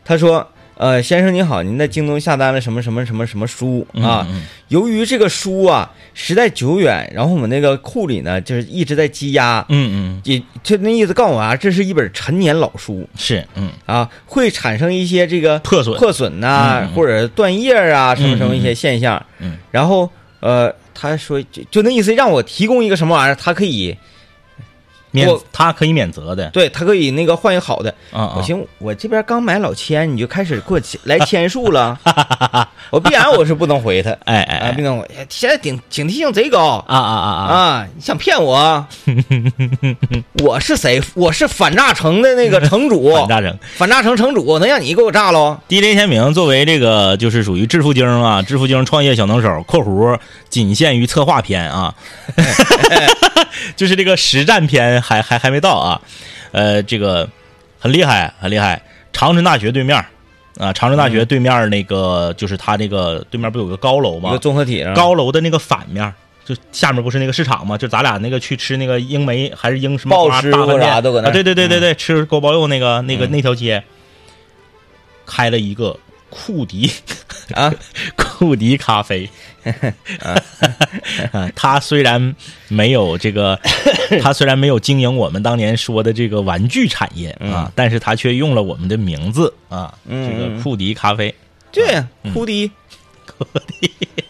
[SPEAKER 4] 他说：“呃，先生你好，您在京东下单了什么什么什么什么书
[SPEAKER 5] 嗯
[SPEAKER 4] 啊？
[SPEAKER 5] 嗯
[SPEAKER 4] 由于这个书啊时代久远，然后我们那个库里呢就是一直在积压，
[SPEAKER 5] 嗯嗯
[SPEAKER 4] 也就那意思告诉我啊，这是一本陈年老书
[SPEAKER 5] 是嗯
[SPEAKER 4] 啊，会产生一些这个
[SPEAKER 5] 破损
[SPEAKER 4] 破损呐、
[SPEAKER 5] 嗯嗯
[SPEAKER 4] 或者断叶儿啊，什么什么一些现象。
[SPEAKER 5] 嗯嗯
[SPEAKER 4] 然后呃，他说就就那意思，让我提供一个什么玩意儿，他可以
[SPEAKER 5] 免
[SPEAKER 4] 我
[SPEAKER 5] 他可以免责的
[SPEAKER 4] 对他可以那个换一个好的。
[SPEAKER 5] 啊啊
[SPEAKER 4] 我寻思我这边刚买老千，你就开始给我签来签数 了，我必然我是不能回他
[SPEAKER 5] 哎哎
[SPEAKER 4] 啊，
[SPEAKER 5] 哎
[SPEAKER 4] 不能回。哎现在警警惕性贼高
[SPEAKER 5] 啊啊啊啊！
[SPEAKER 4] 啊！你想骗 我？我是谁？我是反诈城的那个城主，
[SPEAKER 5] 反炸城
[SPEAKER 4] 反诈城城主，我能让你给我炸喽？
[SPEAKER 5] ，DJ 天明作为这个就是属于致富经啊，致富经创业小能手（括弧仅限于策划篇啊）， 就是这个实战篇还还还没到啊，呃，这个很厉害很厉害，长春大学对面啊，长春大
[SPEAKER 4] 嗯
[SPEAKER 5] 学对面那个就是它那个对面不有个高楼
[SPEAKER 4] 一
[SPEAKER 5] 吗
[SPEAKER 4] 个？综合体上
[SPEAKER 5] 高楼的那个反面，就下面不是那个市场吗？就咱俩那个去吃那个英梅还是英什么
[SPEAKER 4] 鲍
[SPEAKER 5] 花
[SPEAKER 4] 师
[SPEAKER 5] 大
[SPEAKER 4] 傅
[SPEAKER 5] 饭
[SPEAKER 4] 啥
[SPEAKER 5] 店
[SPEAKER 4] 都搁那儿
[SPEAKER 5] 啊对对对对对，吃锅包肉那个那个
[SPEAKER 4] 嗯
[SPEAKER 5] 那条街，开了一个库迪
[SPEAKER 4] 啊，
[SPEAKER 5] 库迪咖啡。 啊，他虽然没有这 个，他虽然没有经营我们当年说的这个玩具产业啊，但是他却用了我们的名字啊，
[SPEAKER 4] 嗯
[SPEAKER 5] 这
[SPEAKER 4] 嗯
[SPEAKER 5] 个库迪咖啡。
[SPEAKER 4] 对呀，哭的，啊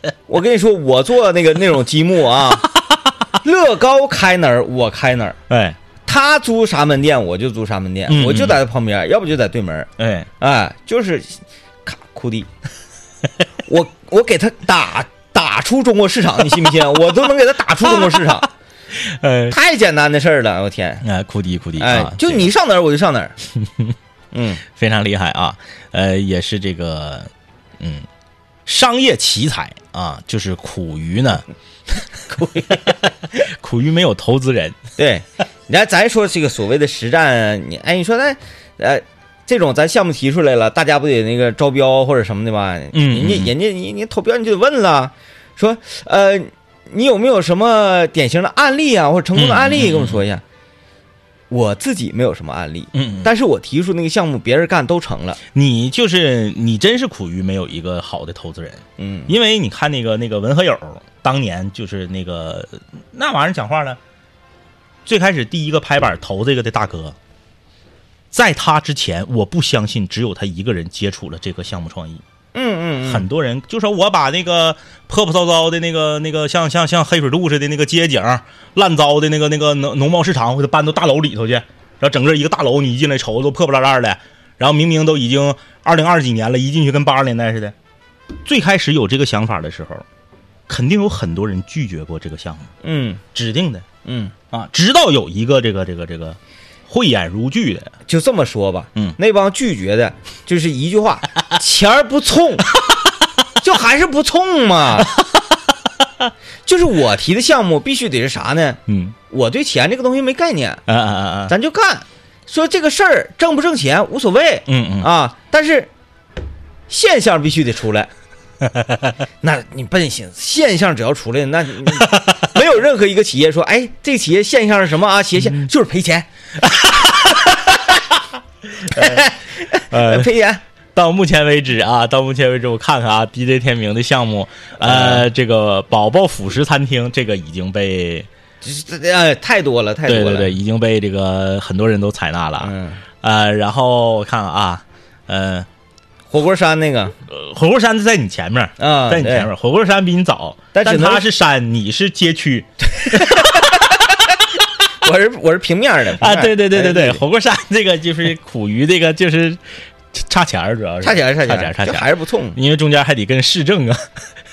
[SPEAKER 4] 嗯 我跟你说，我做那个那种积木 啊，乐高开哪儿我开哪儿，
[SPEAKER 5] 哎
[SPEAKER 4] 他租啥门店我就租啥门店，
[SPEAKER 5] 嗯
[SPEAKER 4] 我就在他旁边，要不就在对门儿，
[SPEAKER 5] 哎，
[SPEAKER 4] 哎，就是卡哭 的，我我给他打打出中国市场，你信 不信？我都能给他打出中国市场，
[SPEAKER 5] 哎，
[SPEAKER 4] 太简单的事儿了，我天！
[SPEAKER 5] 哎，库迪库迪，
[SPEAKER 4] 哎
[SPEAKER 5] 啊，
[SPEAKER 4] 就
[SPEAKER 5] 这个
[SPEAKER 4] 你上哪儿我就上哪儿，嗯，
[SPEAKER 5] 非常厉害啊，呃，也是这个，嗯，商业奇才啊，就是苦于呢， 苦于 苦于没有投资人，
[SPEAKER 4] 对，然后咱说这个所谓的实战，你哎，你说那呃，这种咱项目提出来了，大家不得那个招标或者什么的吗？
[SPEAKER 5] 嗯
[SPEAKER 4] 人家
[SPEAKER 5] 嗯嗯
[SPEAKER 4] 人家你你投标你就得问了，说呃，你有没有什么典型的案例啊，或者成功的案例
[SPEAKER 5] 嗯嗯嗯
[SPEAKER 4] 跟我说一下？我自己没有什么案例，
[SPEAKER 5] 嗯但
[SPEAKER 4] 但是我提出那个项目，别人干都成了，
[SPEAKER 5] 你就是你真是苦于没有一个好的投资人，
[SPEAKER 4] 嗯，
[SPEAKER 5] 因为你看那个那个文和友当年就是那个那玩意儿讲话呢，最开始第一个拍板投这个的大哥。在他之前，我不相信只有他一个人接触了这个项目创意。
[SPEAKER 4] 嗯嗯嗯，
[SPEAKER 5] 很多人就说我把那个破破糟糟的那个那个像像像黑水渡似的那个街景啊烂糟的那个那个农农贸市场，我给它搬到大楼里头去，然后整个一个大楼你一进来瞅都破破烂烂的，然后明明都已经二零二几年了，一进去跟八十年代似的。最开始有这个想法的时候，肯定有很多人拒绝过这个项目，
[SPEAKER 4] 嗯
[SPEAKER 5] 指定的
[SPEAKER 4] 嗯，
[SPEAKER 5] 啊，直到有一个这个这个这个慧眼如炬的，
[SPEAKER 4] 就这么说吧，
[SPEAKER 5] 嗯
[SPEAKER 4] 那帮拒绝的，就是一句话，钱儿不冲，就还是不冲嘛。就是我提的项目必须得是啥呢？
[SPEAKER 5] 嗯
[SPEAKER 4] 我对钱这个东西没概念，
[SPEAKER 5] 啊啊啊啊，
[SPEAKER 4] 咱就干。说这个事儿挣不挣钱无所谓
[SPEAKER 5] 嗯嗯
[SPEAKER 4] 啊，但是现象必须得出 来。那你笨行，现象只要出来，那你没有任何一个企业说，哎，这个企业现象是什么啊？企业
[SPEAKER 5] 嗯
[SPEAKER 4] 现就是赔 钱，
[SPEAKER 5] 呃
[SPEAKER 4] 赔钱。
[SPEAKER 5] 到目前为止啊，到目前为止，我看看啊，DJ 天明的项目，
[SPEAKER 4] 嗯
[SPEAKER 5] 呃，这个宝宝辅食餐厅，这个已经被
[SPEAKER 4] 这这呃太多了，太多
[SPEAKER 5] 对
[SPEAKER 4] 了。
[SPEAKER 5] 对对，已经被这个很多人都采纳了啊。
[SPEAKER 4] 嗯，
[SPEAKER 5] 呃，然后我看看啊，呃，
[SPEAKER 4] 火锅山那
[SPEAKER 5] 嗯
[SPEAKER 4] 个
[SPEAKER 5] 火锅山在你前面，
[SPEAKER 4] 啊，
[SPEAKER 5] 在你前
[SPEAKER 4] 对
[SPEAKER 5] 面，火锅山比你早，
[SPEAKER 4] 但
[SPEAKER 5] 但
[SPEAKER 4] 只能
[SPEAKER 5] 它是山，你是街区
[SPEAKER 4] 我是我是平面哎的
[SPEAKER 5] 啊。对对对对对，
[SPEAKER 4] 对，
[SPEAKER 5] 火锅山这个就是苦于这个就是差钱儿，主要是
[SPEAKER 4] 差钱儿
[SPEAKER 5] 差
[SPEAKER 4] 差
[SPEAKER 5] 钱
[SPEAKER 4] 钱
[SPEAKER 5] 儿
[SPEAKER 4] 儿
[SPEAKER 5] 差
[SPEAKER 4] 就
[SPEAKER 5] 钱儿，
[SPEAKER 4] 还是不冲，
[SPEAKER 5] 因为中间还得跟市政啊，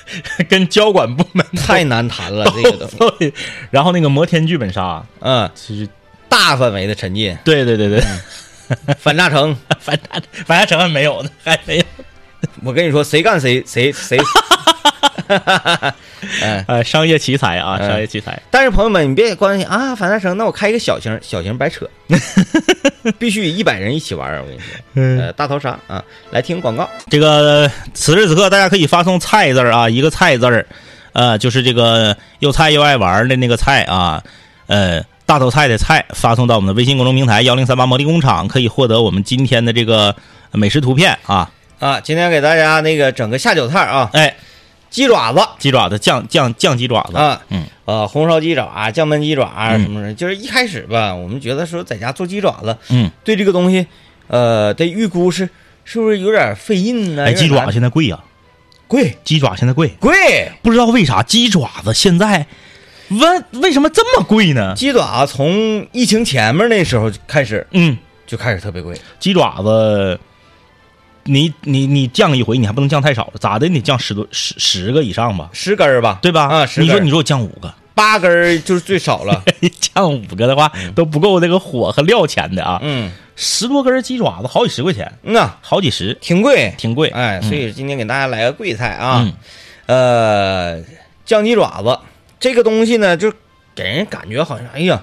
[SPEAKER 5] 跟交管部 门
[SPEAKER 4] 太难谈了
[SPEAKER 5] 啊
[SPEAKER 4] 这 个都，
[SPEAKER 5] 对，然后那个摩天剧本杀，啊
[SPEAKER 4] 嗯，
[SPEAKER 5] 其实
[SPEAKER 4] 大范围的沉浸，
[SPEAKER 5] 对对对对，
[SPEAKER 4] 反诈城，
[SPEAKER 5] 反正反正成还没有呢，还没 有。
[SPEAKER 4] 我跟你说，谁干谁谁 谁，嗯。
[SPEAKER 5] 呃，商业奇才啊，
[SPEAKER 4] 嗯
[SPEAKER 5] 商业奇才，
[SPEAKER 4] 但是朋友们，你别关心啊，反诈城，那我开一个小型小型白扯，必须一百人一起玩儿，我跟你 说，
[SPEAKER 5] 嗯
[SPEAKER 4] 呃，大逃杀啊，来听广告，
[SPEAKER 5] 这个此时此刻大家可以发送“菜”字儿啊，一个“菜”字儿，呃，就是这个又菜又爱玩的那个菜啊，呃。大头菜的菜发送到我们的微信公众平台幺零三八魔力工厂，可以获得我们今天的这个美食图片啊！
[SPEAKER 4] 啊，今天给大家那个整个下酒菜啊，
[SPEAKER 5] 哎，
[SPEAKER 4] 鸡爪子
[SPEAKER 5] 鸡爪子酱酱酱鸡爪子，
[SPEAKER 4] 啊，
[SPEAKER 5] 嗯，
[SPEAKER 4] 呃，红烧鸡爪啊、酱焖鸡爪啊
[SPEAKER 5] 嗯
[SPEAKER 4] 什么的，就是一开始吧，我们觉得说在家做鸡爪子，
[SPEAKER 5] 嗯，
[SPEAKER 4] 对这个东西，呃，的预估是是不是有点费劲呢？
[SPEAKER 5] 哎，
[SPEAKER 4] 有点
[SPEAKER 5] 鸡爪
[SPEAKER 4] 难
[SPEAKER 5] 现在贵呀、
[SPEAKER 4] 贵
[SPEAKER 5] 鸡爪现在贵，
[SPEAKER 4] 贵，
[SPEAKER 5] 不知道为啥鸡爪子现在为为什么这么贵呢？
[SPEAKER 4] 鸡爪子从疫情前面那时候就开始
[SPEAKER 5] 嗯，
[SPEAKER 4] 就开始特别贵，
[SPEAKER 5] 鸡爪子，你你你降一回，你还不能降太少了，咋的？你得降十多十十个以上吧，
[SPEAKER 4] 十根儿吧，
[SPEAKER 5] 对吧？
[SPEAKER 4] 啊，十
[SPEAKER 5] 你
[SPEAKER 4] 根
[SPEAKER 5] 说
[SPEAKER 4] 儿
[SPEAKER 5] 你说我降五 个，
[SPEAKER 4] 八根儿就是最少 了，
[SPEAKER 5] 降五个的话都不够那个火和料钱的啊，
[SPEAKER 4] 嗯，
[SPEAKER 5] 十多根鸡爪子好几十块钱，
[SPEAKER 4] 嗯呐，
[SPEAKER 5] 好几十，
[SPEAKER 4] 挺贵，
[SPEAKER 5] 挺贵。
[SPEAKER 4] 哎，所以今天给大家来个贵菜啊，
[SPEAKER 5] 嗯
[SPEAKER 4] 呃，酱鸡爪子这个东西呢，就给人感觉好像，哎呀，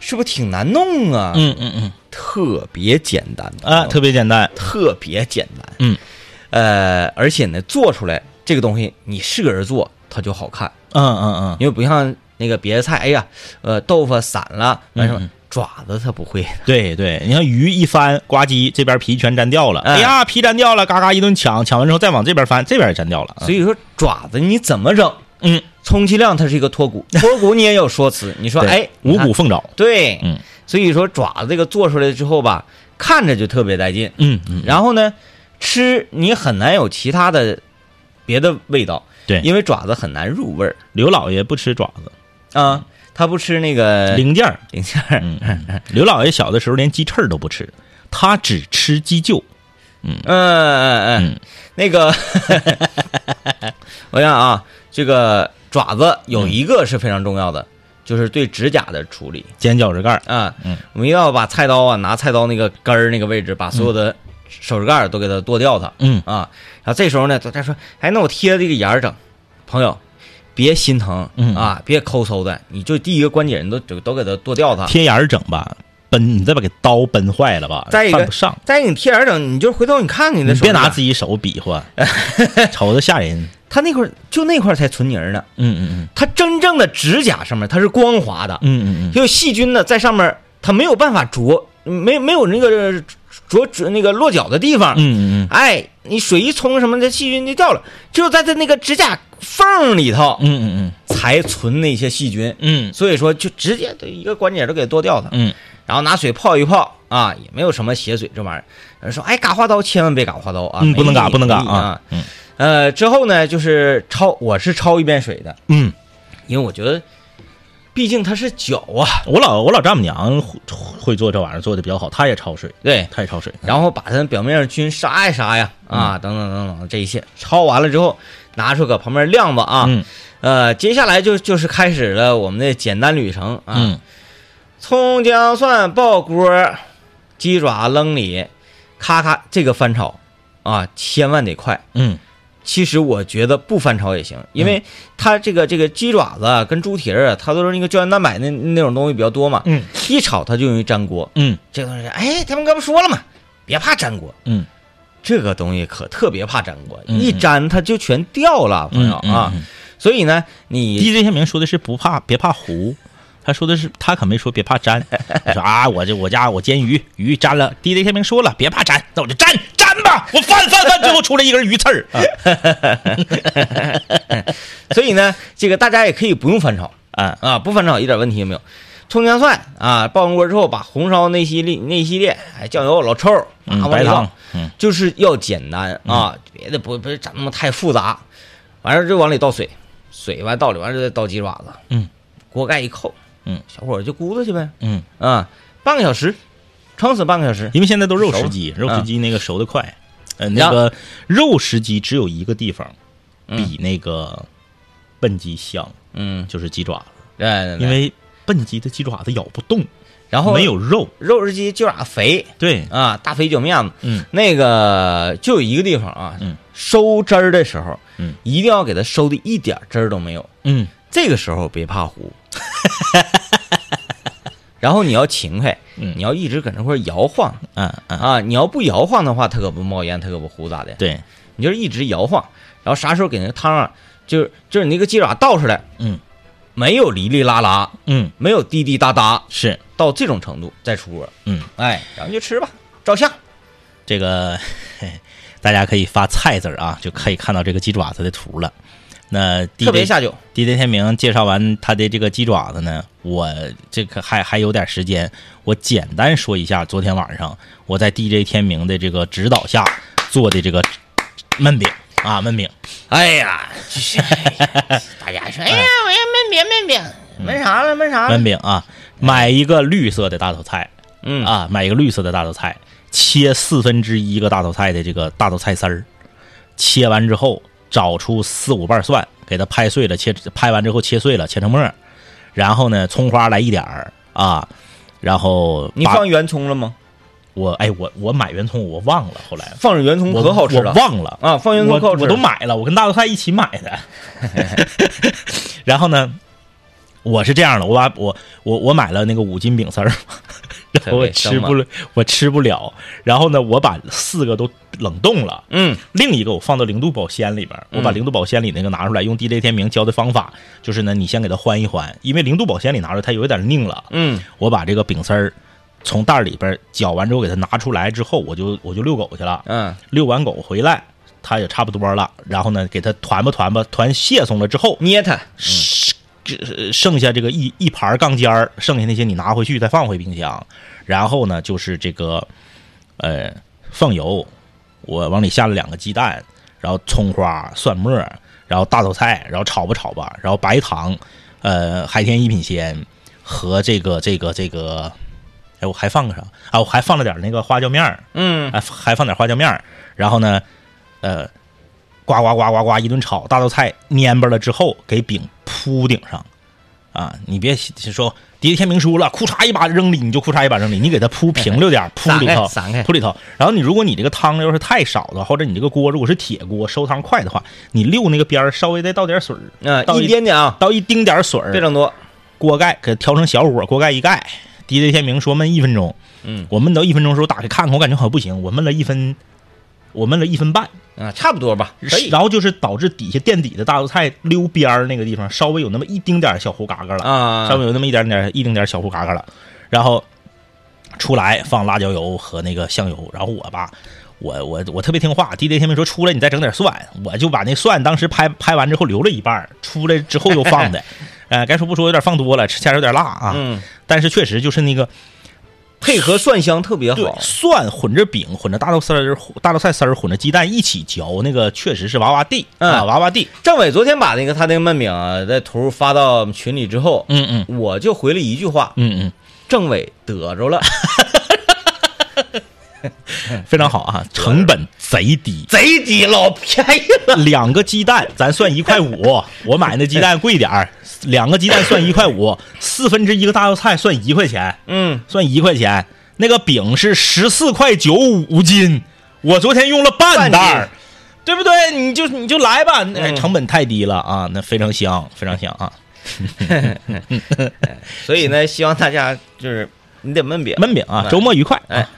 [SPEAKER 4] 是不是挺难弄啊？
[SPEAKER 5] 嗯嗯嗯，
[SPEAKER 4] 特别简单
[SPEAKER 5] 啊，特别简单，
[SPEAKER 4] 特别简单。
[SPEAKER 5] 嗯，
[SPEAKER 4] 呃，而且呢，做出来这个东西，你是个人做，它就好看，
[SPEAKER 5] 嗯嗯嗯，
[SPEAKER 4] 因为不像那个别的菜，哎呀，呃，豆腐散了，完什么、
[SPEAKER 5] 嗯嗯
[SPEAKER 4] 爪子它不会的，
[SPEAKER 5] 对对，你看鱼一翻，呱唧，这边皮全粘掉了，
[SPEAKER 4] 哎
[SPEAKER 5] 哎呀，皮粘掉了，嘎嘎一顿抢，抢完之后再往这边翻，这边也粘掉了，
[SPEAKER 4] 所以说爪子你怎么整？
[SPEAKER 5] 嗯，
[SPEAKER 4] 充其量它是一个脱 骨，脱骨你也有说辞，你说
[SPEAKER 5] 对
[SPEAKER 4] 哎，
[SPEAKER 5] 五
[SPEAKER 4] 你看
[SPEAKER 5] 谷凤爪，
[SPEAKER 4] 对，
[SPEAKER 5] 嗯
[SPEAKER 4] 所以说爪子这个做出来之后吧，看着就特别带劲，
[SPEAKER 5] 嗯嗯，
[SPEAKER 4] 然后呢，吃你很难有其他的别的味道，
[SPEAKER 5] 对
[SPEAKER 4] 因为爪子很难入味儿
[SPEAKER 5] 刘老爷不吃爪子，
[SPEAKER 4] 啊，他不吃那个
[SPEAKER 5] 嗯零件儿，
[SPEAKER 4] 零件儿，
[SPEAKER 5] 哎嗯，嗯刘老爷小的时候连鸡翅儿都不吃，他只吃鸡臼，
[SPEAKER 4] 嗯嗯嗯
[SPEAKER 5] 嗯，
[SPEAKER 4] 那个， 我想啊，这个爪子有一个是非常重要
[SPEAKER 5] 嗯
[SPEAKER 4] 的，就是对指甲的处理
[SPEAKER 5] 尖脚趾盖儿，
[SPEAKER 4] 啊，
[SPEAKER 5] 嗯
[SPEAKER 4] 我们一定要把菜刀啊，拿菜刀那个根儿那个位置，把所有的手指盖儿都给它剁掉它，
[SPEAKER 5] 嗯
[SPEAKER 4] 啊，然后这时候呢，他说，哎，那我贴这个沿儿整，朋友。别心疼，
[SPEAKER 5] 嗯
[SPEAKER 4] 啊，别抠搜的，你就第一个关节你都都都给它剁掉它。
[SPEAKER 5] 嗯贴眼儿整吧，崩，你再把给刀崩坏了吧，
[SPEAKER 4] 再一个
[SPEAKER 5] 犯不上，
[SPEAKER 4] 再一个你贴沿儿整，你就回头你看你的
[SPEAKER 5] 你
[SPEAKER 4] 手
[SPEAKER 5] 别
[SPEAKER 4] 指甲，
[SPEAKER 5] 拿自己手比 划，瞅着吓人，
[SPEAKER 4] 它那块儿就那块儿才存泥儿呢。
[SPEAKER 5] 嗯嗯嗯。
[SPEAKER 4] 它真正的指甲上面它是光滑的，
[SPEAKER 5] 嗯嗯嗯，
[SPEAKER 4] 因为细菌呢在上面它没有办法着，没没有那个着着那个落脚的地方。
[SPEAKER 5] 嗯嗯
[SPEAKER 4] 哎，你水一冲什么，这细菌就掉了。只有在它那个指甲缝里头
[SPEAKER 5] 嗯嗯
[SPEAKER 4] 才存那些细菌，
[SPEAKER 5] 嗯
[SPEAKER 4] 所以说就直接就一个关节都给剁掉它，
[SPEAKER 5] 嗯
[SPEAKER 4] 然后拿水泡一泡啊，也没有什么血水这玩意儿。人说，哎，嘎花刀千万别嘎花刀啊，
[SPEAKER 5] 嗯，不能
[SPEAKER 4] 没
[SPEAKER 5] 嘎，
[SPEAKER 4] 意义
[SPEAKER 5] 不能嘎
[SPEAKER 4] 没意义啊
[SPEAKER 5] 啊！！嗯
[SPEAKER 4] 呃，之后呢，就是焯，我是焯一遍水的，
[SPEAKER 5] 嗯，
[SPEAKER 4] 因为我觉得，毕竟它是脚啊，
[SPEAKER 5] 我老我老丈母娘会会做这玩意儿，做的比较好，她也焯水，
[SPEAKER 4] 对，
[SPEAKER 5] 她也焯水。
[SPEAKER 4] 然后把它表面上菌杀一杀呀，
[SPEAKER 5] 嗯
[SPEAKER 4] 啊，等等等等这一切，焯完了之后，拿出搁旁边晾着啊，
[SPEAKER 5] 嗯
[SPEAKER 4] 呃，接下来就就是开始了我们的简单旅程啊，
[SPEAKER 5] 嗯
[SPEAKER 4] 葱姜蒜爆锅，鸡爪扔里，咔咔这个翻炒啊，千万得快。
[SPEAKER 5] 嗯
[SPEAKER 4] 其实我觉得不翻炒也行，因为它这个这个鸡爪子啊跟猪蹄儿啊，它都是那个胶原蛋白那那种东西比较多嘛，
[SPEAKER 5] 嗯
[SPEAKER 4] 一炒它就容易粘锅。
[SPEAKER 5] 嗯
[SPEAKER 4] 这个东西，哎，他们哥不说了嘛，别怕粘锅，
[SPEAKER 5] 嗯，
[SPEAKER 4] 这个东西可特别怕粘锅，
[SPEAKER 5] 嗯
[SPEAKER 4] 一粘它就全掉了，朋友啊。所以呢，你
[SPEAKER 5] ，DJ 天明说的是不怕，别怕糊。他说的是，他可没说别怕粘。他说啊，我这我家我煎鱼，鱼粘了。DJ 天明说了，别怕粘，那我就粘粘吧，我翻翻翻，最后出来一根鱼刺儿。
[SPEAKER 4] 啊所以呢，这个大家也可以不用翻炒
[SPEAKER 5] 啊
[SPEAKER 4] 啊，不翻炒一点问题也没有。葱姜蒜啊，爆完锅之后，把红烧那系列那系列，哎，酱油、老抽、
[SPEAKER 5] 嗯
[SPEAKER 4] 啊，
[SPEAKER 5] 白糖，
[SPEAKER 4] 就是要简单啊，别的不不是整那么太复杂。完事就往里倒水，水完倒里完了再倒鸡爪子，
[SPEAKER 5] 嗯，
[SPEAKER 4] 锅盖一扣，
[SPEAKER 5] 嗯，
[SPEAKER 4] 小火就咕嘟去呗，
[SPEAKER 5] 嗯，
[SPEAKER 4] 啊，半个小时，撑死半个小时，
[SPEAKER 5] 因为现在都肉食鸡，肉食鸡那个熟的快。呃，那
[SPEAKER 4] 啊然后
[SPEAKER 5] 个肉食鸡只有一个地方比那个笨鸡香，
[SPEAKER 4] 嗯，哎
[SPEAKER 5] 就是鸡爪子，
[SPEAKER 4] 对对
[SPEAKER 5] 因
[SPEAKER 4] 对，
[SPEAKER 5] 为笨鸡的鸡爪子咬不动，
[SPEAKER 4] 然后
[SPEAKER 5] 没有肉。
[SPEAKER 4] 肉汁鸡鸡爪肥
[SPEAKER 5] 对，
[SPEAKER 4] 啊，大肥酒面子，
[SPEAKER 5] 嗯
[SPEAKER 4] 那个就有一个地方啊，
[SPEAKER 5] 嗯
[SPEAKER 4] 收汁儿的时候，
[SPEAKER 5] 嗯，
[SPEAKER 4] 一定要给它收的一点汁儿都没有，
[SPEAKER 5] 嗯
[SPEAKER 4] 这个时候别怕 糊，然后你要勤快，
[SPEAKER 5] 嗯
[SPEAKER 4] 你要一直搁那块儿摇晃
[SPEAKER 5] 啊啊，
[SPEAKER 4] 啊，你要不摇晃的话，它可不冒烟，它可不糊咋的，
[SPEAKER 5] 对，
[SPEAKER 4] 你就是一直摇晃，然后啥时候给那个汤啊，就是就是你那个啊鸡爪倒出来，
[SPEAKER 5] 嗯
[SPEAKER 4] 没有哩哩啦啦，
[SPEAKER 5] 嗯
[SPEAKER 4] 没有滴滴答答，
[SPEAKER 5] 是，
[SPEAKER 4] 到这种程度再出锅，
[SPEAKER 5] 嗯，
[SPEAKER 4] 哎，然后就吃吧，照相。
[SPEAKER 5] 这个 大家可以发菜字儿啊，就可以看到这个鸡爪子的图了。那 DJ,
[SPEAKER 4] 特别下酒，
[SPEAKER 5] DJ 天明介绍完他的这个鸡爪子呢，我这个还还有点时间，我简单说一下昨天晚上我在 DJ 天明的这个指导下做的这个焖饼啊，焖饼。
[SPEAKER 4] 哎呀，这是哎呀 大家说，哎呀，我要焖饼焖饼，焖啥了焖啥
[SPEAKER 5] 焖
[SPEAKER 4] 了？
[SPEAKER 5] 饼啊，买一个绿色的大头菜
[SPEAKER 4] 嗯啊，
[SPEAKER 5] 啊，买一个绿色的大头菜，切四分之一个大头菜的这个大头菜丝儿，切完之后找出四五瓣蒜，给它拍碎了，切拍完之后切碎了，切成末儿，然后呢，葱花来一点儿啊，然后
[SPEAKER 4] 你
[SPEAKER 5] 把
[SPEAKER 4] 放圆葱了吗？
[SPEAKER 5] 我哎我我买圆葱我忘了，后来
[SPEAKER 4] 放圆葱
[SPEAKER 5] 我
[SPEAKER 4] 可好吃了
[SPEAKER 5] 我忘了
[SPEAKER 4] 啊！放圆
[SPEAKER 5] 我
[SPEAKER 4] 葱可好吃，
[SPEAKER 5] 我都买了，我跟大头菜一起买的。然后呢，我是这样的，我把我我我买了那个五斤饼丝儿，然后我吃不了，我吃不了。然后呢，我把四个都冷冻了，
[SPEAKER 4] 嗯，
[SPEAKER 5] 另一个我放到零度保鲜里边儿，我把
[SPEAKER 4] 嗯
[SPEAKER 5] 零度保鲜里那个拿出来，用地雷天明教的方法，就是呢，你先给它欢一欢，因为零度保鲜里拿出来它有点拧了，
[SPEAKER 4] 嗯，
[SPEAKER 5] 我把这个饼丝儿从袋儿里边儿搅完之后给它拿出来之后，我就我就遛狗去了，
[SPEAKER 4] 嗯，
[SPEAKER 5] 遛完狗回来。它也差不多了，然后呢，给它团吧团吧，团泄松了之后，
[SPEAKER 4] 捏它，
[SPEAKER 5] 这呃剩下这个一一盘杠尖儿，剩下那些你拿回去再放回冰箱，然后呢就是这个呃放油，我往里下了两个鸡蛋，然后葱花、蒜末，然后大头菜，然后炒吧炒吧，然后白糖，呃海天一品鲜和这个这个这个，哎我还放个啥啊？我还放了点那个花椒面儿，
[SPEAKER 4] 嗯
[SPEAKER 5] 还还放点花椒面儿，然后呢，呃，呱呱呱呱呱一顿炒，大头菜蔫巴了之后，给饼铺顶上，啊，你别说敌天明输了，裤衩一把扔里，你就裤衩一把扔里，你给它铺平溜点儿，铺里头，
[SPEAKER 4] 散开散开
[SPEAKER 5] 铺里头。然后你如果你这个汤要是太少的话，或者你这个锅如果是铁锅收汤快的话，你溜那个边儿稍微再倒点水儿，
[SPEAKER 4] 嗯，
[SPEAKER 5] 倒
[SPEAKER 4] 一点点啊，
[SPEAKER 5] 倒一丁点儿水儿
[SPEAKER 4] 别，整多，
[SPEAKER 5] 锅盖给它调成小火，锅盖一盖。DJ 天明说焖一分钟，
[SPEAKER 4] 嗯
[SPEAKER 5] 我焖到一分钟的时候打开看看，我感觉好像不行，我焖了一分，我焖了一分半，
[SPEAKER 4] 啊，差不多吧，可以
[SPEAKER 5] 然后就是导致底下垫底的大头菜溜边儿那个地方稍微有那么一丁点儿小糊嘎嘎了，
[SPEAKER 4] 啊
[SPEAKER 5] 稍，微有那么一点点一丁点儿小糊嘎嘎了，然后出来放辣椒油和那个香油，然后我吧。我我我特别听话，DJ 天明说出来你再整点蒜，我就把那蒜当时拍拍完之后留了一半儿，出来之后又放的，呃，该说不说有点放多了，吃起来有点辣啊，
[SPEAKER 4] 嗯，
[SPEAKER 5] 但是确实就是那个
[SPEAKER 4] 配合蒜香特别
[SPEAKER 5] 对
[SPEAKER 4] 好，
[SPEAKER 5] 蒜混着饼，混着大豆丝儿，大豆菜丝儿混着鸡蛋一起嚼，那个确实是娃娃地、
[SPEAKER 4] 嗯
[SPEAKER 5] 啊，娃娃地，
[SPEAKER 4] 政委昨天把那个他那个焖饼啊，在图发到群里之后，
[SPEAKER 5] 嗯嗯
[SPEAKER 4] 我就回了一句话：
[SPEAKER 5] 嗯
[SPEAKER 4] 政委得着了，，
[SPEAKER 5] 嗯，非常好啊，成本贼低
[SPEAKER 4] 贼低，老便宜了。
[SPEAKER 5] 两个鸡蛋咱算一块五，我买那鸡蛋贵点儿，两个鸡蛋算一块五，四分之一个大豆菜算一块钱，
[SPEAKER 4] 嗯，
[SPEAKER 5] 算一块钱，那个饼是十四块九五斤，我昨天用了半袋
[SPEAKER 4] 半嗯
[SPEAKER 5] 儿。对不对？你就你就来吧，那成本太低了啊，那非常香，非常香啊！
[SPEAKER 4] 所以呢，希望大家就是你得焖饼，
[SPEAKER 5] 焖饼啊，
[SPEAKER 4] 哎
[SPEAKER 5] 周末愉快，啊
[SPEAKER 4] 哎，